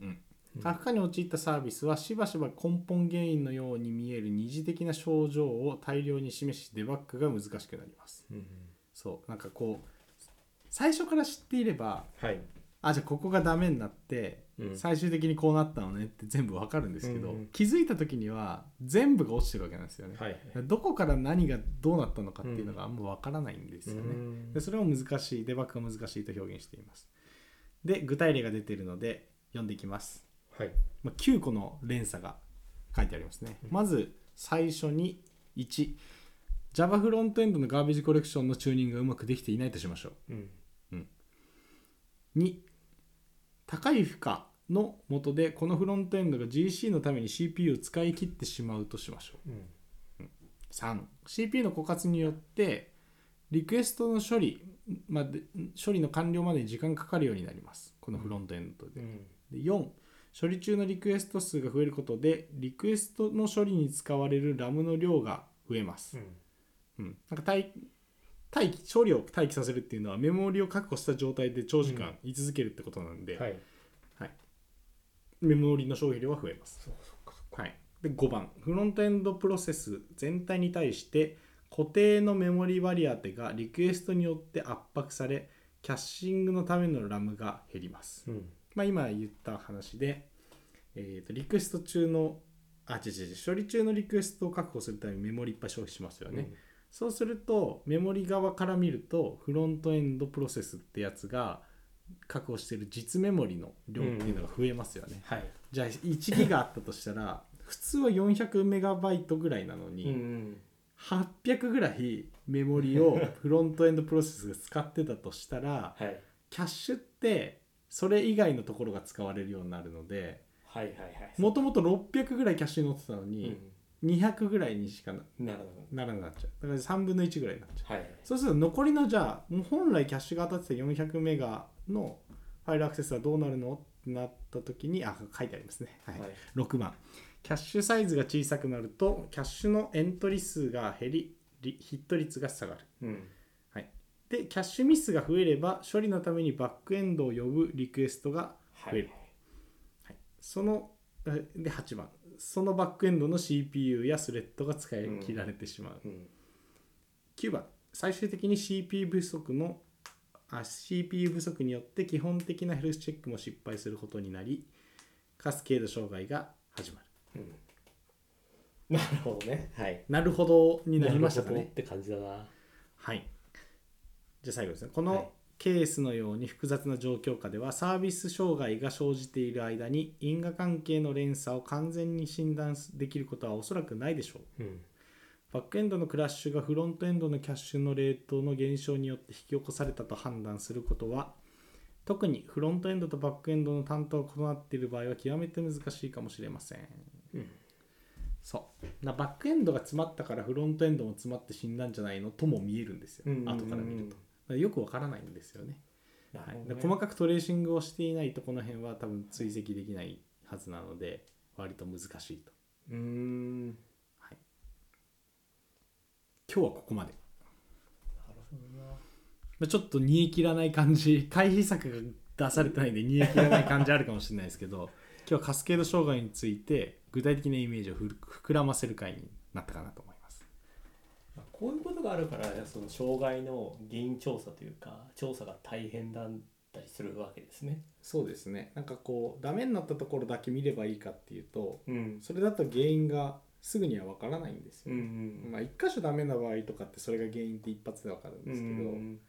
Speaker 1: うん
Speaker 3: 悪化に陥ったサービスはしばしば根本原因のように見える二次的な症状を大量に示しデバッグが難しくなります
Speaker 2: うん
Speaker 3: そうなんかこう最初から知っていれば
Speaker 2: はい
Speaker 3: あじゃあここがダメになって、
Speaker 2: うん
Speaker 3: 最終的にこうなったのねって全部わかるんですけど、
Speaker 2: うんうん
Speaker 3: 気づいた時には全部が落ちてるわけなんですよね、
Speaker 2: はい
Speaker 3: どこから何がどうなったのかっていうのがあんまわからないんですよね、
Speaker 2: うん
Speaker 3: でそれを難しいデバッグが難しいと表現していますで具体例が出ているので読んでいきます、
Speaker 2: はい
Speaker 3: まあ、9個の連鎖が書いてありますね、まず最初に 1Java フロントエンドのガーベージコレクションのチューニングがうまくできていないとしましょう
Speaker 2: うん
Speaker 3: 2高い負荷の下でこのフロントエンドが GC のために CPU を使い切ってしまうとしましょう
Speaker 2: うん
Speaker 3: 3CPU の枯渇によってリクエストの処理まで処理の完了までに時間かかるようになりますこのフロントエンドで,、
Speaker 2: うん
Speaker 3: で4処理中のリクエスト数が増えることでリクエストの処理に使われるラムの量が増えます、うん、なんか待待機処理を待機させるっていうのはメモリを確保した状態で長時間居続けるってことなんで、
Speaker 2: はい
Speaker 3: メモリの消費量は増えます
Speaker 2: そうそっかそっか
Speaker 3: はい、で5番フロントエンドプロセス全体に対して固定のメモリ割り当てがリクエストによって圧迫されキャッシングのためのラムが減ります、
Speaker 2: うん
Speaker 3: まあ、今言った話で、えーとリクエスト中のあ違う違う違う処理中のリクエストを確保するためにメモリいっぱい消費しますよね、そうするとメモリ側から見るとフロントエンドプロセスってやつが確保してる実メモリの量っていうのが増えますよね、
Speaker 2: はい
Speaker 3: じゃあ1ギガあったとしたら普通は400メガバイトぐらいなのに、
Speaker 2: うん
Speaker 3: 800ぐらいメモリをフロントエンドプロセスが使ってたとしたら
Speaker 2: はい
Speaker 3: キャッシュってそれ以外のところが使われるようになるので
Speaker 2: はいはいはい
Speaker 3: もともと600ぐらいキャッシュに乗ってたのに、200ぐらいにしかな
Speaker 2: うんなるほ
Speaker 3: ならなくなっちゃうだから3分の1ぐらいになっちゃう
Speaker 2: どはい
Speaker 3: そうすると残りのじゃあもう本来キャッシュが当たってた400メガのファイルアクセスはどうなるのってなった時にあ書いてありますねはい
Speaker 2: はい
Speaker 3: 6番キャッシュサイズが小さくなるとキャッシュのエントリー数が減りリヒット率が下がる、
Speaker 2: うん
Speaker 3: はい、でキャッシュミスが増えれば処理のためにバックエンドを呼ぶリクエストが
Speaker 2: は
Speaker 3: 増え
Speaker 2: い
Speaker 3: るそのえで8番そのバックエンドの CPU やスレッドが使い切られてしまう、
Speaker 2: うん
Speaker 3: 9番最終的に CPU 不足のあ CPU 不足によって基本的なヘルスチェックも失敗することになりカスケード障害が始まる
Speaker 2: うんなるほどねはい
Speaker 3: なるほどになりましたか
Speaker 2: な
Speaker 3: ね
Speaker 2: るほどって感じだな
Speaker 3: はい。じゃあ最後ですね。こ
Speaker 2: はい
Speaker 3: のケースのように複雑な状況下ではサービス障害が生じている間に因果関係の連鎖を完全に診断できることはおそらくないでしょう。
Speaker 2: うん
Speaker 3: バックエンドのクラッシュがフロントエンドのキャッシュのレートの減少によって引き起こされたと判断することは特にフロントエンドとバックエンドの担当が異なっている場合は極めて難しいかもしれません、
Speaker 2: うん
Speaker 3: そうなバックエンドが詰まったからフロントエンドも詰まって死んだんじゃないのとも見えるんですよ、後から見るとだからよくわからないんですよね
Speaker 2: と
Speaker 3: はい、で細かくトレーシングをしていないとこの辺は多分追跡できないはずなので割と難しいと、
Speaker 2: うーんな
Speaker 3: はい、今日はここまで
Speaker 2: るほどな
Speaker 3: まあ、ちょっと煮え切らない感じ 回避策が出されてないんで煮え切らない感じあるかもしれないですけど 今日はカスケード障害について具体的なイメージをふる膨らませる回になったかなと思います。
Speaker 2: まあこういうことがあるからその障害の原因調査というか調査が大変だったりするわけですね
Speaker 3: そうですねなんかこうダメになったところだけ見ればいいかっていうと
Speaker 2: うん
Speaker 3: それだと原因がすぐには分からないんです
Speaker 2: う
Speaker 3: よ、
Speaker 2: ん
Speaker 3: まあ一箇所ダメな場合とかってそれが原因って一発で分かるん
Speaker 2: うんう
Speaker 3: ですけど、
Speaker 2: ん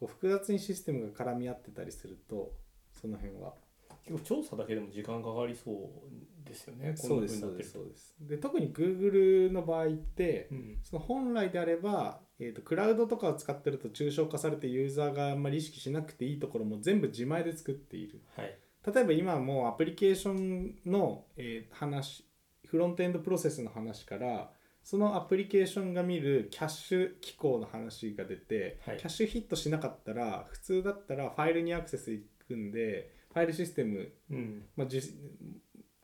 Speaker 3: こう複雑にシステムが絡み合ってたりするとその辺は
Speaker 2: 結構調査だけでも時間かかりそうですよねこ
Speaker 3: そ
Speaker 2: ん
Speaker 3: う
Speaker 2: な
Speaker 3: で
Speaker 2: ふう
Speaker 3: す
Speaker 2: にな
Speaker 3: そ
Speaker 2: っ
Speaker 3: う
Speaker 2: て
Speaker 3: で
Speaker 2: る
Speaker 3: す
Speaker 2: と
Speaker 3: そうですで特に Google の場合って、
Speaker 2: うん
Speaker 3: その本来であれば、えー、とクラウドとかを使ってると抽象化されてユーザーがあんまり意識しなくていいところも全部自前で作っている
Speaker 2: はい
Speaker 3: 例えば今はもうアプリケーションの、えー話フロントエンドプロセスの話からそのアプリケーションが見るキャッシュ機構の話が出て、
Speaker 2: はい
Speaker 3: キャッシュヒットしなかったら普通だったらファイルにアクセスいくんでファイルシステム
Speaker 2: うん
Speaker 3: まあ、じ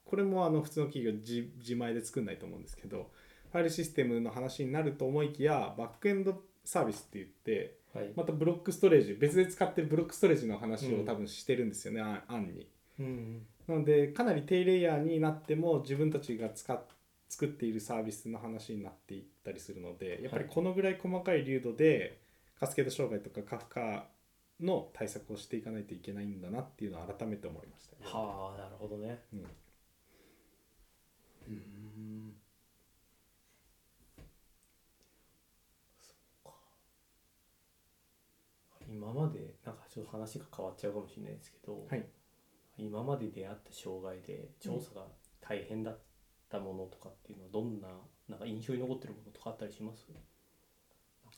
Speaker 3: これもあの普通の企業自自前で作んないと思うんですけど
Speaker 1: ファイルシステムの話になると思いきやバックエンドサービスって言って
Speaker 2: はい
Speaker 1: またブロックストレージ別で使ってるブロックストレージの話を多分してるんですよね、あ案に。
Speaker 2: うん
Speaker 1: なのでかなり低レイヤーになっても自分たちが使っ作っているサービスの話になっていったりするのでやっぱり
Speaker 2: はい
Speaker 1: このぐらい細かい流度でカスケード障害とかカフカの対策をしていかないといけないんだなっていうのを改めて思いました、
Speaker 2: はあなるほどね
Speaker 1: うん
Speaker 2: うんそうか今までなんかちょっと話が変わっちゃうかもしれないですけど、
Speaker 1: はい
Speaker 2: 今まで出会った障害で調査が大変だったものとかっていうのはどんななんか印象に残ってるものとかあったりします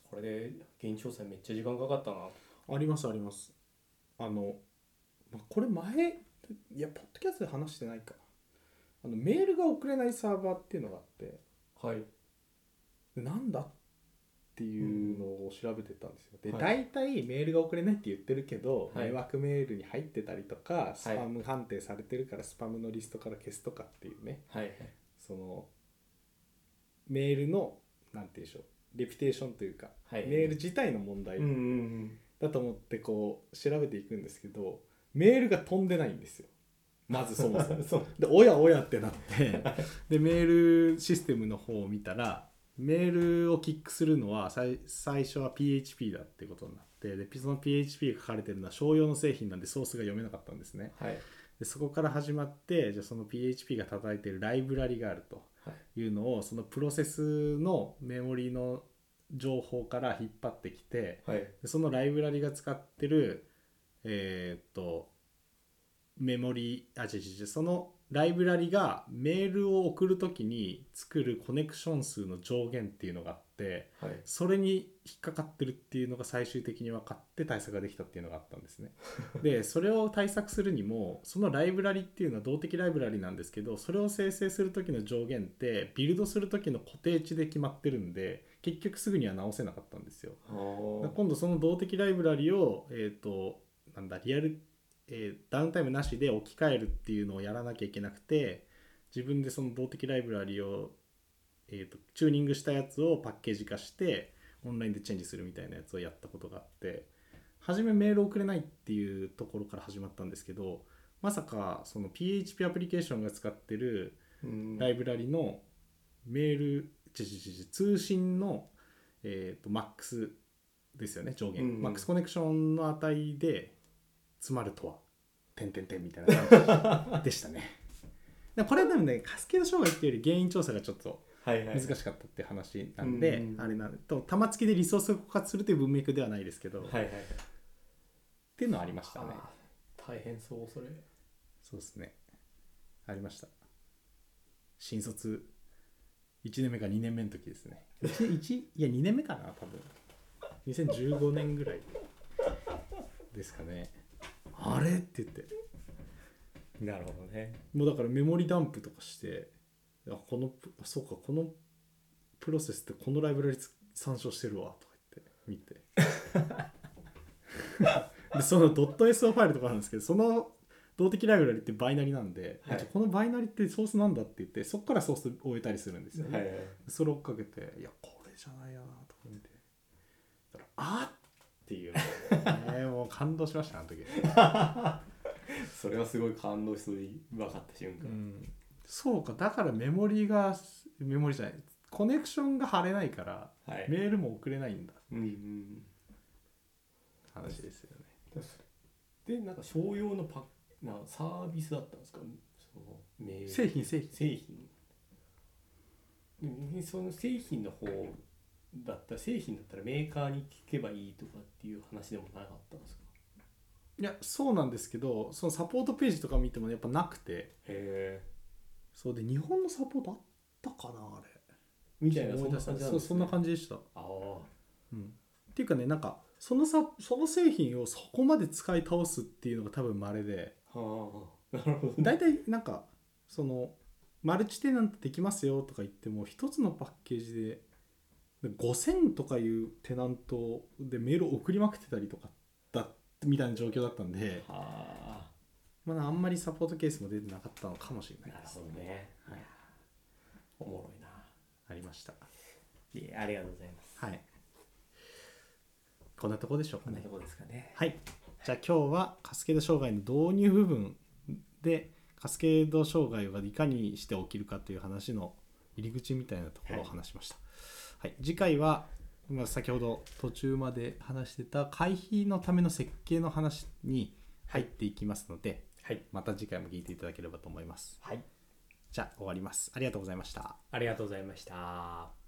Speaker 2: これで現地調査にめっちゃ時間かかったな
Speaker 1: ありますありますあの、まあ、これ前いやポッドキャストで話してないかなあのメールが送れないサーバーっていうのがあって
Speaker 2: はい
Speaker 1: でなんだっていうのを調べてたんですよ、で、
Speaker 2: はい
Speaker 1: 大体メールが送れないって言ってるけど、
Speaker 2: はい
Speaker 1: 迷惑メールに入ってたりとかスパム判定されてるからスパムのリストから消すとかっていうね
Speaker 2: はい
Speaker 1: そのメールのなんて言うんでしょうレピュテーションというか、
Speaker 2: はい
Speaker 1: メール自体の問題
Speaker 2: うんうんうん
Speaker 1: だと思ってこう調べていくんですけどメールが飛んでないんですよまずそも そも
Speaker 2: そう
Speaker 1: でおやおやってなって
Speaker 3: で でメールシステムの方を見たらメールをキックするのは最最初は PHP だってことになってでその PHP が書かれてるのは商用の製品なんでソースが読めなかったんですね
Speaker 2: はい
Speaker 3: でそこから始まってじゃあその PHP が叩いてるライブラリがあると
Speaker 2: はい
Speaker 3: いうのをそのプロセスのメモリの情報から引っ張ってきて
Speaker 2: はい
Speaker 3: でそのライブラリが使ってるえーっとメモリあ違う違う違うそのライブラリがメールを送るときに作るコネクション数の上限っていうのがあって
Speaker 2: はい
Speaker 3: それに引っかかってるっていうのが最終的に分かって対策ができたっていうのがあったんですね。でそれを対策するにもそのライブラリっていうのは動的ライブラリなんですけどそれを生成する時の上限ってビルドする時の固定値で決まってるんで結局すぐには直せなかったんですよ。
Speaker 2: あー
Speaker 3: だから今度その動的ライブラリを、えー、となんだリアル、えーダウンタイムなしで置き換えるっていうのをやらなきゃいけなくて自分でその動的ライブラリを、えー、とチューニングしたやつをパッケージ化してオンラインでチェンジするみたいなやつをやったことがあって初めメール送れないっていうところから始まったんですけどまさかその PHP アプリケーションが使ってる
Speaker 2: うん
Speaker 3: ライブラリのメール、ちちちち通信の、えー、と MAX ですよね、上
Speaker 2: う
Speaker 3: 限。
Speaker 2: んうん
Speaker 3: MAX コネクションの値で詰まるとは、点点点みたいな感 じでしたね。でこれでもね、カスケード障害っていうより原因調査がちょっと
Speaker 2: はいはい
Speaker 3: 難しかったっていう話なんで、
Speaker 2: うんうん
Speaker 3: あれなんと、玉突きでリソースを枯渇するという文脈ではないですけど、っ
Speaker 2: はいはい
Speaker 3: ていうのはありましたね。
Speaker 2: あー大変そうそれ
Speaker 3: そうですね。ありました。新卒1年目か2年目の時ですね。1, いや2年目かな、多分。2015年ぐらいですかね。あれって言って。
Speaker 2: なるほどね
Speaker 3: もうだからメモリダンプとかして、あこのプ、あそうか、このプロセスってこのライブラリつ参照してるわとか言って、見て。 でその .so ファイルとかなんですけど、その動的ライブラリってバイナリなんで、
Speaker 2: はい
Speaker 3: あじゃあこのバイナリってソースなんだって言って、そこからソースを終えたりするんですよね。
Speaker 2: はいはい
Speaker 3: それを追っかけて、いや、これじゃないよなとか見て。だからあっっていう、ね、もう感動しました、あの時。
Speaker 2: それはすごい感動しそうで分かった瞬
Speaker 3: う
Speaker 2: 間、
Speaker 3: ん、そうかだからメモリがメモリじゃないコネクションが張れないから
Speaker 2: はい
Speaker 3: メールも送れないんだ
Speaker 2: うんうん
Speaker 3: 話ですよね
Speaker 2: でなんか商用のパッなサービスだったんですかそのメール
Speaker 3: 製品製品
Speaker 2: 製品でその製品の方だったら製品だったらメーカーに聞けばいいとかっていう話でもなかったんですか
Speaker 3: いやそうなんですけどそのサポートページとか見てもやっぱなくて
Speaker 2: へえ
Speaker 3: そうで日本のサポートあったかなあれ
Speaker 2: みたいな
Speaker 3: 思
Speaker 2: そ
Speaker 3: い
Speaker 2: ん
Speaker 3: 出
Speaker 2: な
Speaker 3: した
Speaker 2: 感じなん
Speaker 3: そ
Speaker 2: で
Speaker 3: う
Speaker 2: す、ね、
Speaker 3: そんな感じでした、
Speaker 2: ああ
Speaker 3: うん、っていうかねなんかそのさその製品をそこまで使い倒すっていうのが多分稀で
Speaker 2: はあなるほど
Speaker 3: 大体なんかそのマルチテナントできますよとか言っても一つのパッケージで5000とかいうテナントでメールを送りまくってたりとかだみたいな状況だったんで、
Speaker 2: は
Speaker 3: まあ、あんまりサポートケースも出てなかったのかもしれ
Speaker 2: あ
Speaker 3: ない
Speaker 2: なる
Speaker 3: です
Speaker 2: ほどね、おもろいな
Speaker 3: ありました。
Speaker 2: いえありがとうございます。
Speaker 3: はい。こんなとこでしょう
Speaker 2: こ
Speaker 3: か
Speaker 2: んな
Speaker 3: ね
Speaker 2: と。こですかね。
Speaker 3: はい。じゃあ今日はカスケード障害の導入部分でカスケード障害がいかにして起きるかという話の入り口みたいなところを話しました。はい、次回はまあ先ほど途中まで話してた回避のための設計の話に入っていきますので、
Speaker 2: はい。
Speaker 3: また次回も聞いていただければと思います。
Speaker 2: はい。
Speaker 3: じゃあ終わります。ありがとうございました。
Speaker 2: ありがとうございました。